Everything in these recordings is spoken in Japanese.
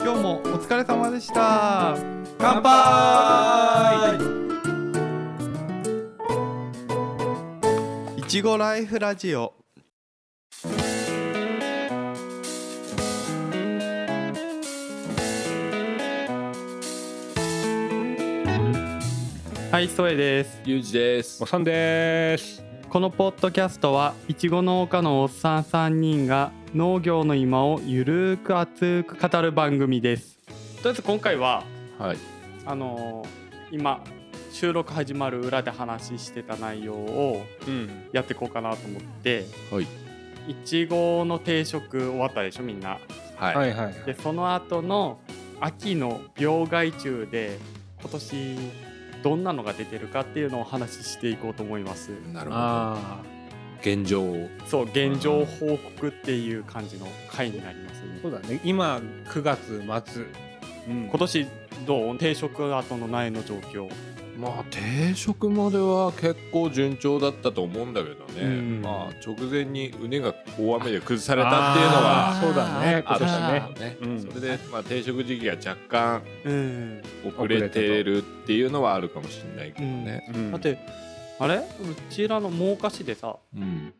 今日もお疲れ様でした乾乾杯いちごライフラジオはい、ソエですゆうじですお。さんです。このポッドキャストはいちご農家のおっさん3人が農業の今をゆるーく熱く語る番組ですとりあえず今回ははい。あのー今収録始まる裏で話してた内容をうん。やっていこうかなと思ってはい。いちごの定食終わったでしょみんなはい。はいはい。でその後の秋の病害虫で今年どんなのが出てるかっていうのをお話ししていこうと思いますなるほど。あ現状を。そう現状報告っていう感じの回になりますあ、ねそうだね。今9月末。うん今年どう定食後の苗の状況まあ定食までは結構順調だったと思うんだけどね。うんまあ直前に畝が大雨で崩されたっていうのあはーそうだね。あ今った年ね。けどね。うんそれでまあ定食時期が若干うん遅れてるっていうのはあるかもしれないけどね。うんだってあれうちらの真岡市でさうん。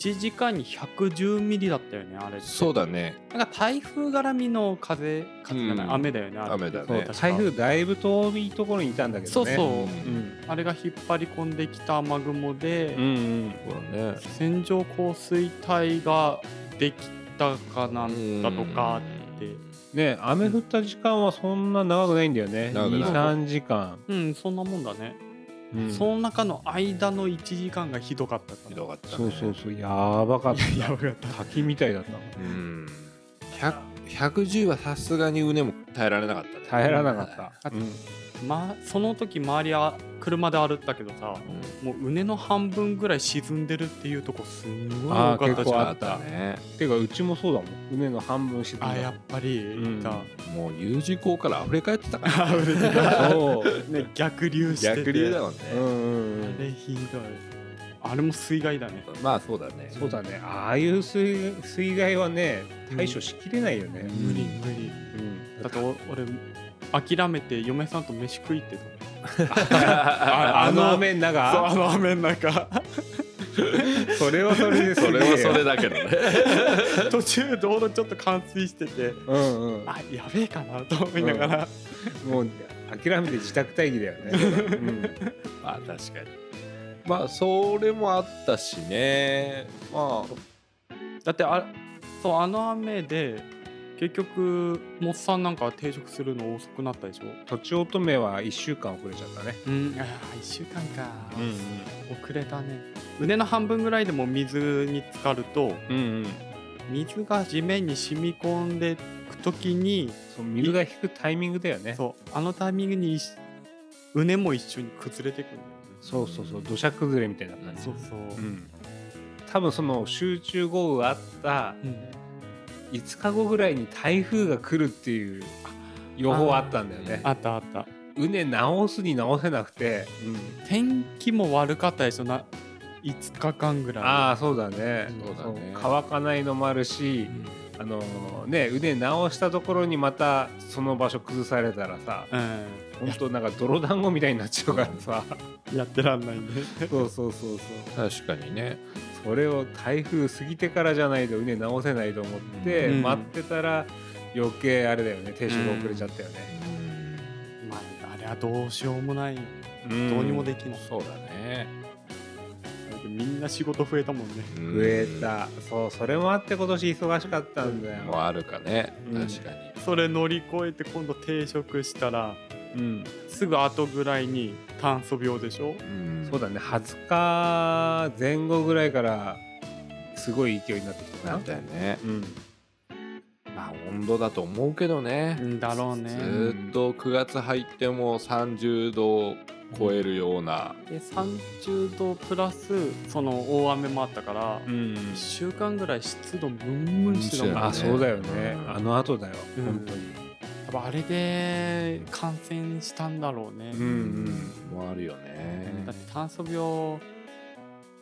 1時間に110ミリだったよねあれそうだね。なんか台風絡みの風風じゃない、うん雨だよねあれ雨だねそう確か台風だいぶ遠いところにいたんだけどね。そうそう、うん。あれが引っ張り込んできた雨雲で、うんそうだね。線状降水帯ができたかなんだとかってね雨降った時間はそんな長くないんだよね。長くない2、3時間。うん、そんなもんだね、うんその中の間の1時間がひどかったかひらどかったね。そうそうそう。やばかっ いややばかったた。滝みたいだったもん。うん。100 110はさすがに畝も耐えられなかったね。耐えられなかった。うんま、その時周りは車で歩ったけどさもう畝の半分ぐらい沈んでるっていうとこすんごい多かった結じ構ゃあんったね。てかうちもそうだもん。畝の半分沈んだ。あやっぱり、うんじゃもう U 字工から溢れ返ってたから。ああ嬉しいなそう。 ね逆流してて逆流だもんね。うんうんうあん。れひどいあれも水害だねまあそうだね。そうだね、ああいう水水害はね対処しきれないよね、無理無理うんだってお俺諦めて嫁さんと飯食い行ってたああの雨そのうあ中の雨の中 それはそれです それはそれだだ、けどね。途中道路ちょっと冠水しててうんうん、あやべえかなと思いながら、もう諦めて自宅待機だよね、うん まあ確かに。まあそれもあったしね。まだってあそうあの雨で結局モッさんなんかは定食するの遅くなったでしょとちおとめは1週間遅れちゃったね、うんああ1週間か、遅れたね畝の半分ぐらいでも水に浸かるとうんうん、水が地面に染み込んでく時にそう水が引くタイミングだよねそうあのタイミングにいし畝も一緒に崩れてくるんだよねそうそうそう土砂崩れみたいな感じ、そうそう、うん、多分その集中豪雨があったうん5日後ぐらいに台風が来るっていう予報あったんだよねあったあったうね直すに直せなくて、天気も悪かったでしょな5日間ぐらいああそうだねそうだねそう乾かないのもあるしあ、あのーねうね直したところにまたその場所崩されたらさう本当なんか泥団子みたいになっちゃうからさんやってらんないねそうそうそうそう確かにね。それを台風過ぎてからじゃないとうね直せないと思って、うん待ってたら余計あれだよね停止が遅れちゃったよね、 まああれはどうしようもないんどうにもできない、そうだね。みんな仕事増えたもんね増増え。たそうそれもあって今年忙しかったんだよ、もあるかね。うん確かに。それ乗り越えて今度定食したらうんすぐ後ぐらいに炭素病でしょそうだね20日前後ぐらいからすごい勢いになってきたななんだよね。うんまあ温度だと思うけどね。んだろうずねーっと9月入っても30度を超えるような、で30度プラスその大雨もあったから、うん1週間ぐらい湿度ムンムンしてたもんねあそうだよねうんあの後だようん本当に多分あれで感染したんだろうね、うんもあるよねだって炭素病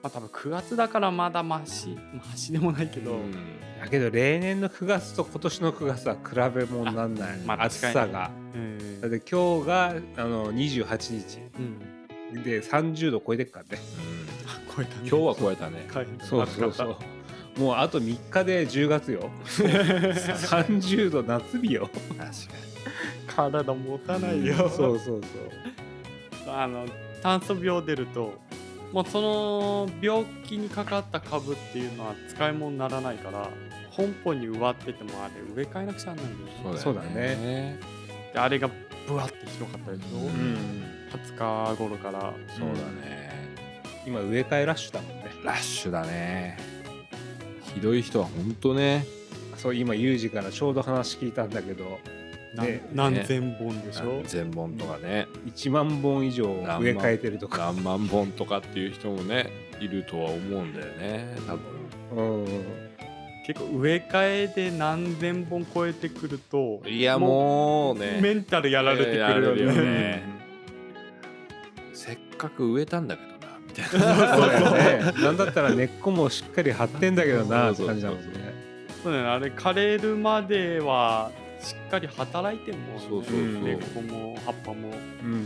まあ、多分9月だからまだマシマシでもないけど、うんだけど例年の9月と今年の9月は比べ物になんない、あまあ暑さがえーだって今日があの28うん、日で30度超えてっからねあ超えた、ね、今日は超えたねはいそうそうそう もうあと3日で10月 よ30度夏日よ確か体持たないよ、そうそうそうあの炭素病出るともうその病気にかかった株っていうのは使い物にならないから本本に植わっててもあれ植え替えなくちゃなんないんだよねにそうだねであれがブワって広かったでしょ、ううん20日頃からそうだね今植え替えラッシュだもんねラッシュだねひどい人はほんとねそう今ユージからちょうど話聞いたんだけどなね何千本でしょ、全本とかね1万本以上植え替えてるとか、何万本とかっていう人もねいるとは思うんだよね多分うん、結構植え替えで何千本超えてくるといやもうねメンタルやられてくるよね,、やられるよね せっかく植えたんだけどなみたいな そうだよねなんだったら根っこもしっかり張ってんだけどなって感じだもんそうそうそねそうだよねあれ枯れるまではしっかり働いてもねそうそうそう根っこも葉っぱも、うん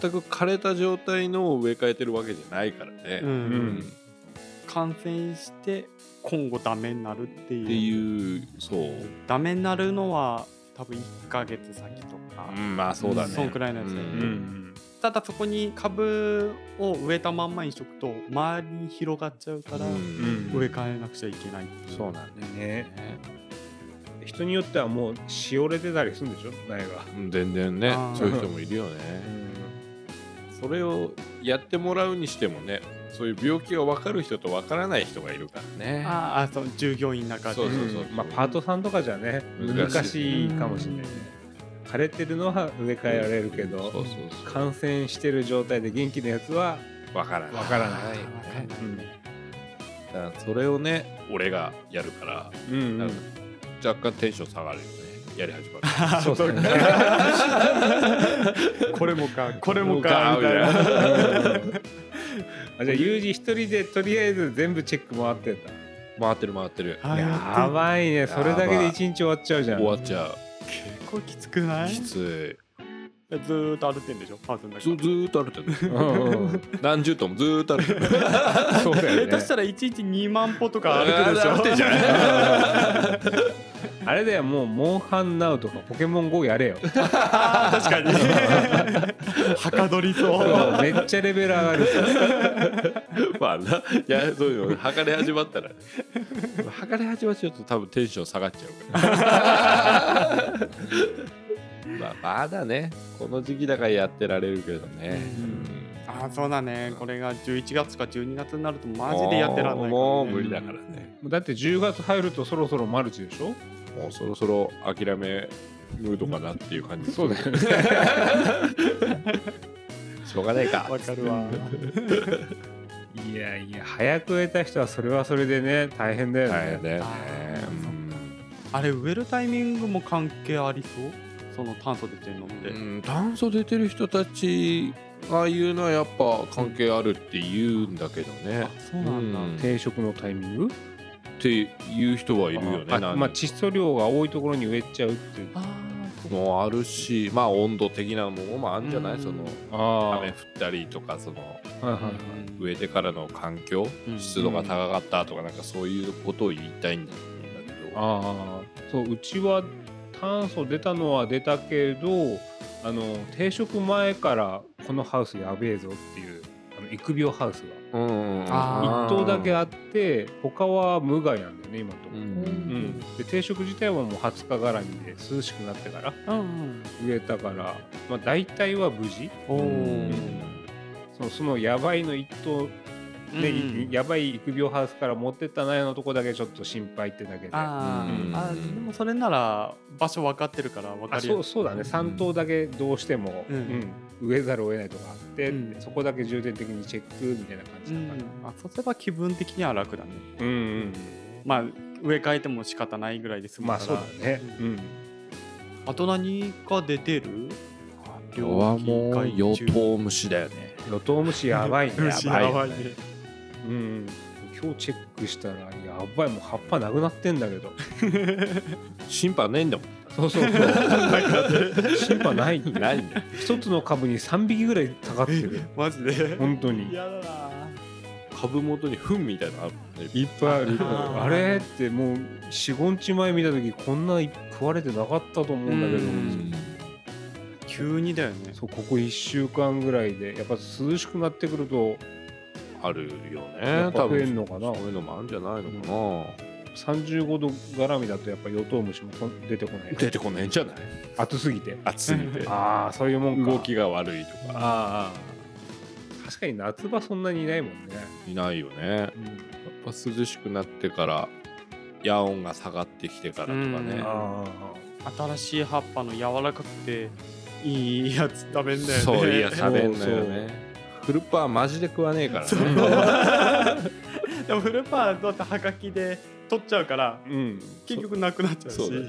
全く枯れた状態のを植え替えてるわけじゃないからね、ううんんっ感染して今後ダメになるっていうていうそう、ダメになるのは多分1ヶ月先とか、うん、まあそうだね、そんくらいのやつだようねんただそこに株を植えたまんまにしとくと周りに広がっちゃうからうん植え替えなくちゃいけない、そうなんだよねね、人によってはもうしおれてたりするんでしょ苗が、うん、全然ねあーそういう人もいるようねんそれをやってもらうにしてもねそういう病気が分かる人と分からない人がいるからねああその従業員の中でそうそうそうまあ、パートさんとかじゃね難しい難しいかもしれないね枯れてるのは植え替えられるけど、そうそうそう感染してる状態で元気なやつは分からないわからないわはいかんないねだからそれをね俺がやるから、うんうん若干テンション下がるよねやり始 まるそうだ ねこれもかこれももかうかみたいなみあじゃあユージ一人でとりあえず全部チェック回ってんだ回ってる回ってるあやばばいねそれだけで一日終わっちゃうじゃん終わっちゃう結構きつくないきつずーっと歩いてんでしょパートのい中ずずーっと歩いてるうんうん何十ともずーっと歩い てるそうだ下手よねしたら1日2万歩とか歩くでしょ歩いてんじゃないあれだよもうモンハンナウとかポケモン GO やれよあ ー確かに はかどりそうめっちゃレベル上がるまあな、いや、そういうの、測り始まったら。測り始まっちゃうと、多分テンション下がっちゃう から。まあ、まだね、この時期だからやってられるけどね。あーそうだねこれが11月か12月になるとマジでやってらんないからねもうもう無理だからね。だって10月入るとそろそろマルチでしょもうそろそろ諦めムードかなっていう感じ。そうだよね しょうがないか。わかるわいやいや早く植えた人はそれはそれでね大変だよね、はい、だよねあー。うんあれ植えるタイミングも関係ありそうその炭素出てるのって、うん、炭素出てる人たち。ああいうのはやっぱ関係あるって言うんだけどねあ。そうなんだ、うん定食のタイミングっていう人はいるよね。あ何人まあ、窒素量が多いところに植えちゃうっていうあもあるし、まあ温度的なものもあるんじゃない、うんそのあ雨降ったりとかそのあはいあ、はい植えてからの環境、うん湿度が高かったとかなんかそういうことを言いたいんだと思うんだけど、ああそううちは炭素出たのは出たけどあの定食前からこのハウスやべえぞっていうあの育苗ハウスうがんうんうんあ一棟だけあって他は無害なんだよね今のとこうろ、うんんで定食自体はもう20日絡みで涼しくなってからうんうん植えたから、まあ、大体は無事おうんーそのそのやばいの一頭で、うんやばい育苗ハウスから持ってった苗のとこだけちょっと心配ってだけでああー、うんあでもそれなら場所分かってるから分かりそやうすいそうだね3頭だけどうしても、うんうん植えざるを得ないとかあって、うんそこだけ重点的にチェックみたいな感じうだんから、あそうすれば気分的には楽だねうんうんまあ植え替えても仕方ないぐらいですまあそうだね、うんあと何か出てるこれはもう病与気害虫党虫だよね。 ロトウムシやばいね虫やばいやばいねうん、今日チェックしたらやばいもう葉っぱなくなってんだけど審判ないんだもそうそう 審判ないん。ないんだよ。一つの株に3匹ぐらいたかってるマジで本当に嫌だな株元に糞みたいなのあるもんねいっぱいあるいっぱいああーるあれってもう45日前見た時こんな食われてなかったと思うんだけど、うん急にだよねそうここ1週間ぐらいでやっぱ涼しくなってくるとあるよやねっ。ぱ多増え分んのかなそういうのもあるんじゃないのか35度絡みだとやっぱヨトウムシもこん出てこなな。い出てこないんじゃない暑すぎて暑すぎて。ああそういうもんか動きが悪いとか。ああ確かに夏場そんなにいないもんね、いないよね。やっぱ涼しくなってから、夜温が下がってきてからとかうんね。あ新しい葉っぱの柔らかくていいやつ食べんだよねそういやつ食べんのよね。フルパーマジで食わねえからそうね。 でもフルパーだってはがきで取っちゃうからあうん結局なくなっちゃうしそそうう,、だよ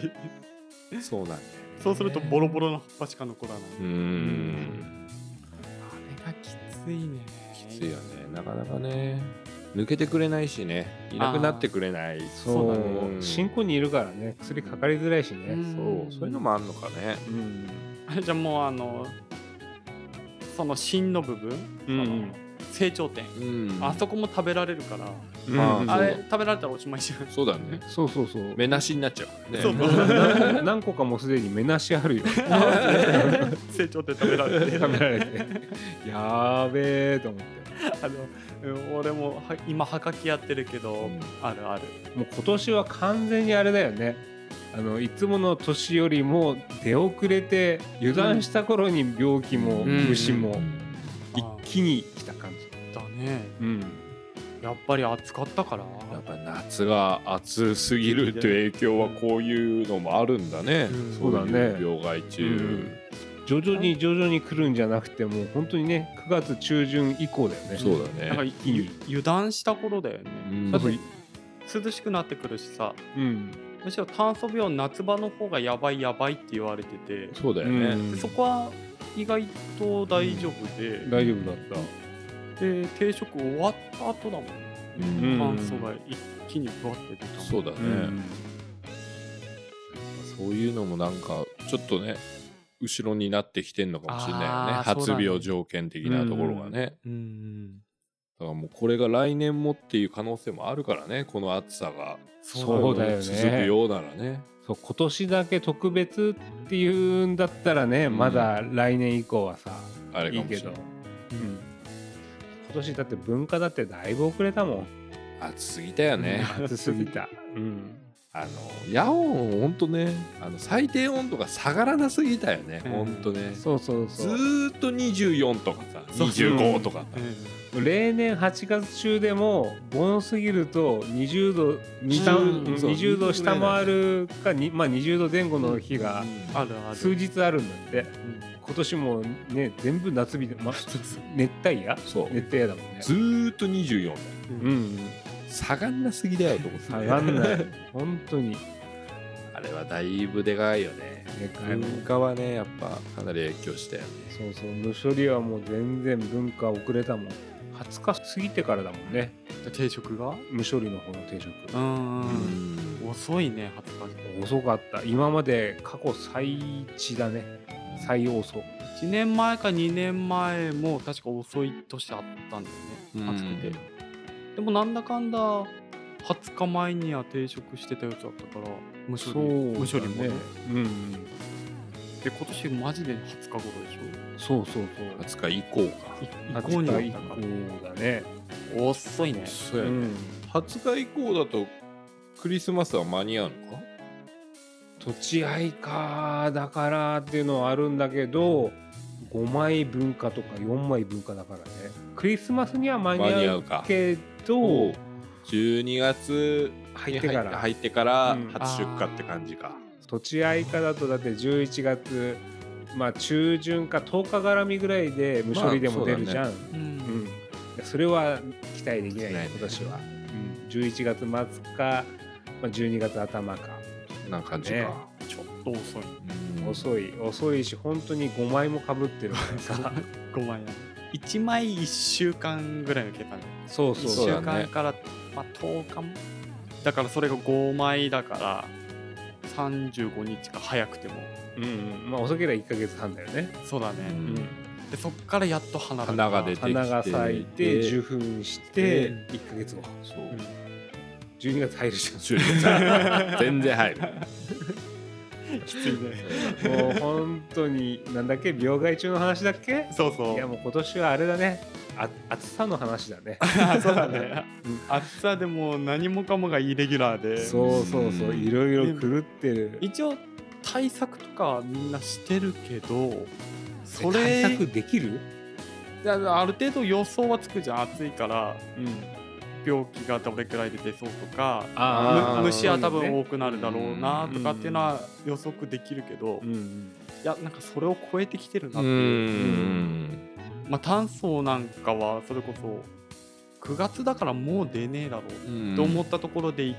そうなんだよ。するとボロボロの葉っぱしか残らない、うーん。あれがきついねきついよね。なかなかね。抜けてくれないしね。いなくなってくれない。そうそうなのよ新婚にいるからね薬かかりづらいしね、うんそう、そういうのもあんのかね。うんあれじゃもうあのその芯の部分、うんその成長点、うんあそこも食べられるから、うんまあうんあれ食べられたらおしまいじゃん そうだね。そうそうそう目なしになっちゃうからね。そうなな何個かもうすでに目なし あるよ成長点食べられ食てべられてやーべえと思ってあのうん俺もは今はかきやってるけど、うんあるあるもう今年は完全にあれだよねあのいつもの年よりも出遅れて油断した頃に病気もうん虫も一あ気に来た感じ、だねうん、やっぱり暑かったからやっぱ夏が暑すぎるという影響はこういうのもあるんだね。うんそうだね。そうだね病害中。徐々に徐々に来るんじゃなくてもう本当にね9月中旬以降だよねそうだなんかね。ゆ油断した頃だよね、うんだって涼しくなってくるしさうんむしろ炭素病夏場の方がやばいやばいって言われてて、そうだようね。んそこは意外と大丈夫で、大丈夫だったで定食終わった後だもん、うん炭素が一気にぶわって出たもんそうだね。そういうのもなんかちょっとね、後ろになってきてんのかもしれないよね。あーそう発だね病条件的なところがね。うんだからもうこれが来年もっていう可能性もあるからね。この暑さがそうだよね続くようならね。そう今年だけ特別っていうんだったらね、んまだ来年以降はさあれいかもいしけれど、なういん、今年だって文化だってだいぶ遅れたもん暑すぎたよね。暑すぎた、うん、あの夜温ほんとねあの最低温度が下がらなすぎたよね、うんほんとねそうそうずそうーっと24とかさそう25とか例年8月中でも盆すぎると20度下うんそう20度下回るかに、まあ、20度前後の日があるある数日あるんだってうん今年もね全部夏日で、まあ、熱帯夜そう熱帯夜だもんねずーっと24だようんうん下がんなすぎだよと思って下がんない 本当にあれはだいぶでかいよねでかいもん文化はねやっぱかなり影響したよねそうそう無処理はもう全然文化遅れたもん20日過ぎてからだもんね定食が無処理の方の定食、うんううんん遅いね初日遅かった今まで過去最遅だね最遅1年前か2年前も確か遅い年あったんだよね暑くて、でもなんだかんだ20日前には定食してたやつだったから無処理無処理もねうんうんで今年マジで20日頃でしそうそう20日以降かょそうい移行になったか20だねら遅いねそううやねん20日以降だとクリスマスは間に合うのか土地合いかだからっていうのはあるんだけど5枚文化とか4枚文化だからねクリスマスには間に間に合合ううかけど12月入ってから入ってからうん初出荷って感じか、土地合いかだとだって11月、まあ、中旬か10日絡みぐらいで無処理でまもあそ出うだねるじゃん、ううんん、それは期待できないねでき今ないね年は、うん、11月末か、まあ、12月頭か、な感じか、ねちょっと遅いうん 遅い遅いし本当に5枚もかぶってるからさ5枚や1枚1週間ぐらいの計算でそう1そうそう週だね間から、まあ、10日もだからそれが5枚だから35日か早くてもうんうんまあ遅ければ1か月半だよねそうだうね、んでそっからやっと花花が出てきて花が咲いて受粉してうん1か月後そう、 うん12月入るじ収 録さ全然入るきついねゃんもう本当になんだっけ病害虫の話だっけそうそいうやもう今年はあれだねあ暑さの話 だねあそうだね暑さでもう何もかもがイレギュラーでそうそうそういろいろ狂ってる一応対策とかはみんなしてるけどそれ対策できるだからある程度予想はつくじゃん暑いからうん病気がどれくらいで出そうとかあーむ虫は多そうい分うのね多くなるだろうなとかっていうのは予測できるけど、ういんやなんかそれを超えてきてるなうっていう、んまあ、炭素なんかはそれこそ9月だからもう出ねえだろうと思ったところで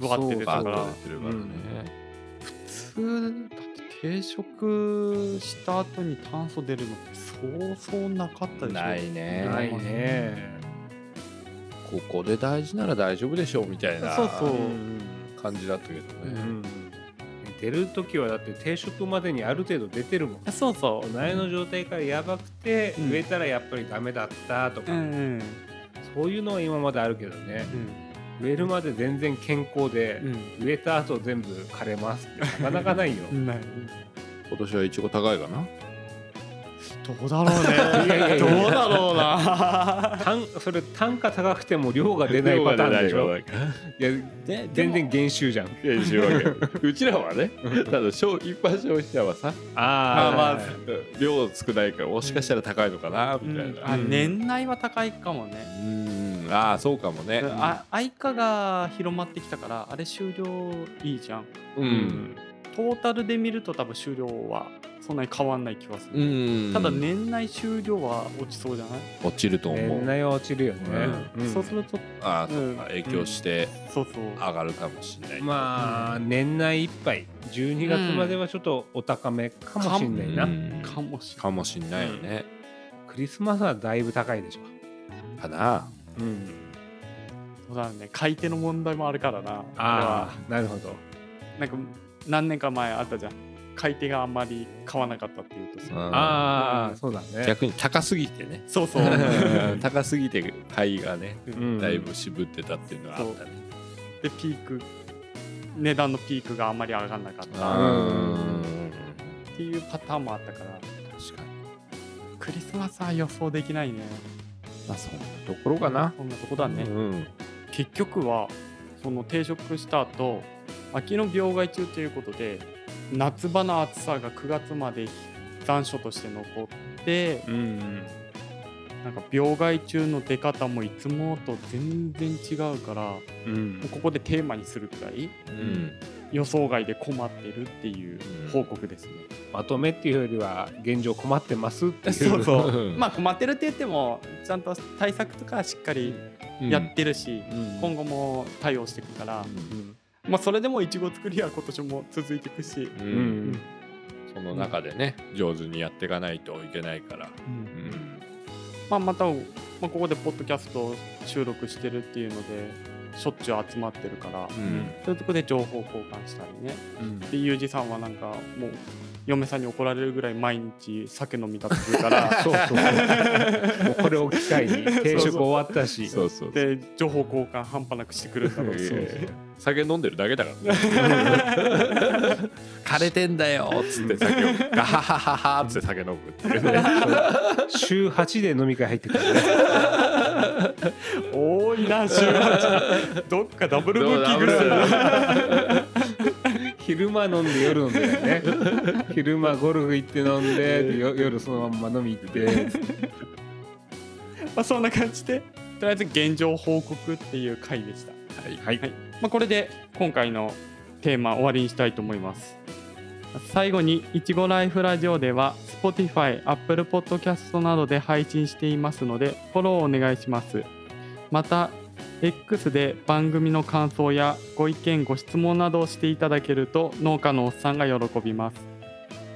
ぶわって出たバかーらッと出てるからね、普通だって定食した後に炭素出るのってそうそうなかったでしょないねうんないねここで大事なら大丈夫でしょうみたいなそうそう感じだったけどうね、ん出る時はだって定食までにある程度出てるもんそうそ苗の状態からやばくてうん植えたらやっぱりダメだったとううか、んうんそういうのは今まであるけどね植えるまで全然健康で、植えた後全部枯れますってなかなかないよ う。んない今年はイチゴ高いかなどうだろうねいやいやいやどうだろうな単それ単価高くても量が出ないパターンでしょいやでで全然も減収じゃん練習わけ うちらはねただ消一般消費者はさあまあまあうん量少ないからもしかしたら高いのかなみたいなあうん年内は高いかもね、うんああそうかもねあ愛花が広まってきたからあれ終了いいじゃんううんんトータルで見ると多分終了はそんなに変わんない気はすうる、んただ年内終了は落ちそうじゃない、落ちると思年う内は落ちるよね、うんうんそうするとああそううんか影響してそうそう上がるかもしれないまあ年内いっぱい12月まではちょっとお高めかもしんないな、うんかもしれかもしんないよねクリスマスはだいぶ高いでしょ、かなうん、そうだね買い手の問題もあるからなああなるほどこれはなんか何年か前あったじゃん買い手があんまり買わなかったっていうとさうんああそうだね逆に高すぎてねそう そううん高すぎて買いがねうんだいぶ渋ってたっていうのはあったねでピーク値段のピークがあんまり上がらなかったあうんっていうパターンもあったから確かにクリスマスは予想できないねまあそんなところかなそんなとこだね、うん結局はその定食した後秋の病害虫ということで夏場の暑さが9月まで残暑として残ってうんうんなんか病害虫の出方もいつもと全然違うからもうんうここでテーマにするくらいうん予想外で困ってるっていう報告ですね。まとめっていうよりは現状困ってますっていうそうそうんまあ困ってるって言ってもちゃんと対策とかしっかりやってるし、うん今後も対応していくから、うんまあ、それでもいちご作りは今年も続いていくし、ううんんその中でね上手にやっていかないといけないからうんまあ、また、まあ、ここでポッドキャストを収録してるっていうのでしょっちゅう集まってるから、うんそういうとこで情報交換したりねうんでユージさんはなんかもう嫁さんに怒られるぐらい毎日酒飲みだって言うから そうそうもうこれを機会に定食終わったしそうそうそうで情報交換半端なくしてくるん だろうしそうそう酒飲んでるだけだからね枯れてんだよっつって酒をガハハハハっつって酒飲むって いうね週8で飲み会入ってくるね多いな週8どっかダブルブッキングするな昼間飲んで夜飲んでね昼間ゴルフ行って飲んででよ夜そのまんま飲み行ってまあ、そんな感じでとりあえず現状報告っていう回でした、はいはいまあ、これで今回のテーマ終わりにしたいと思います最後に「いちごライフラジオ」では Spotify、Apple Podcast などで配信していますのでフォローお願いしますまた X で番組の感想やご意見ご質問などをしていただけると農家のおっさんが喜びます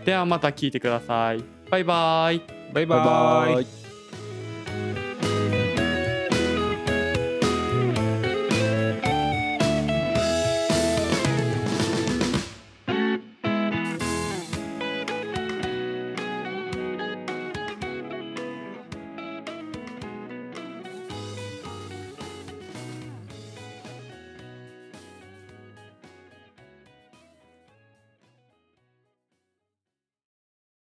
ではまた聞いてくださいバイバイバイバイイ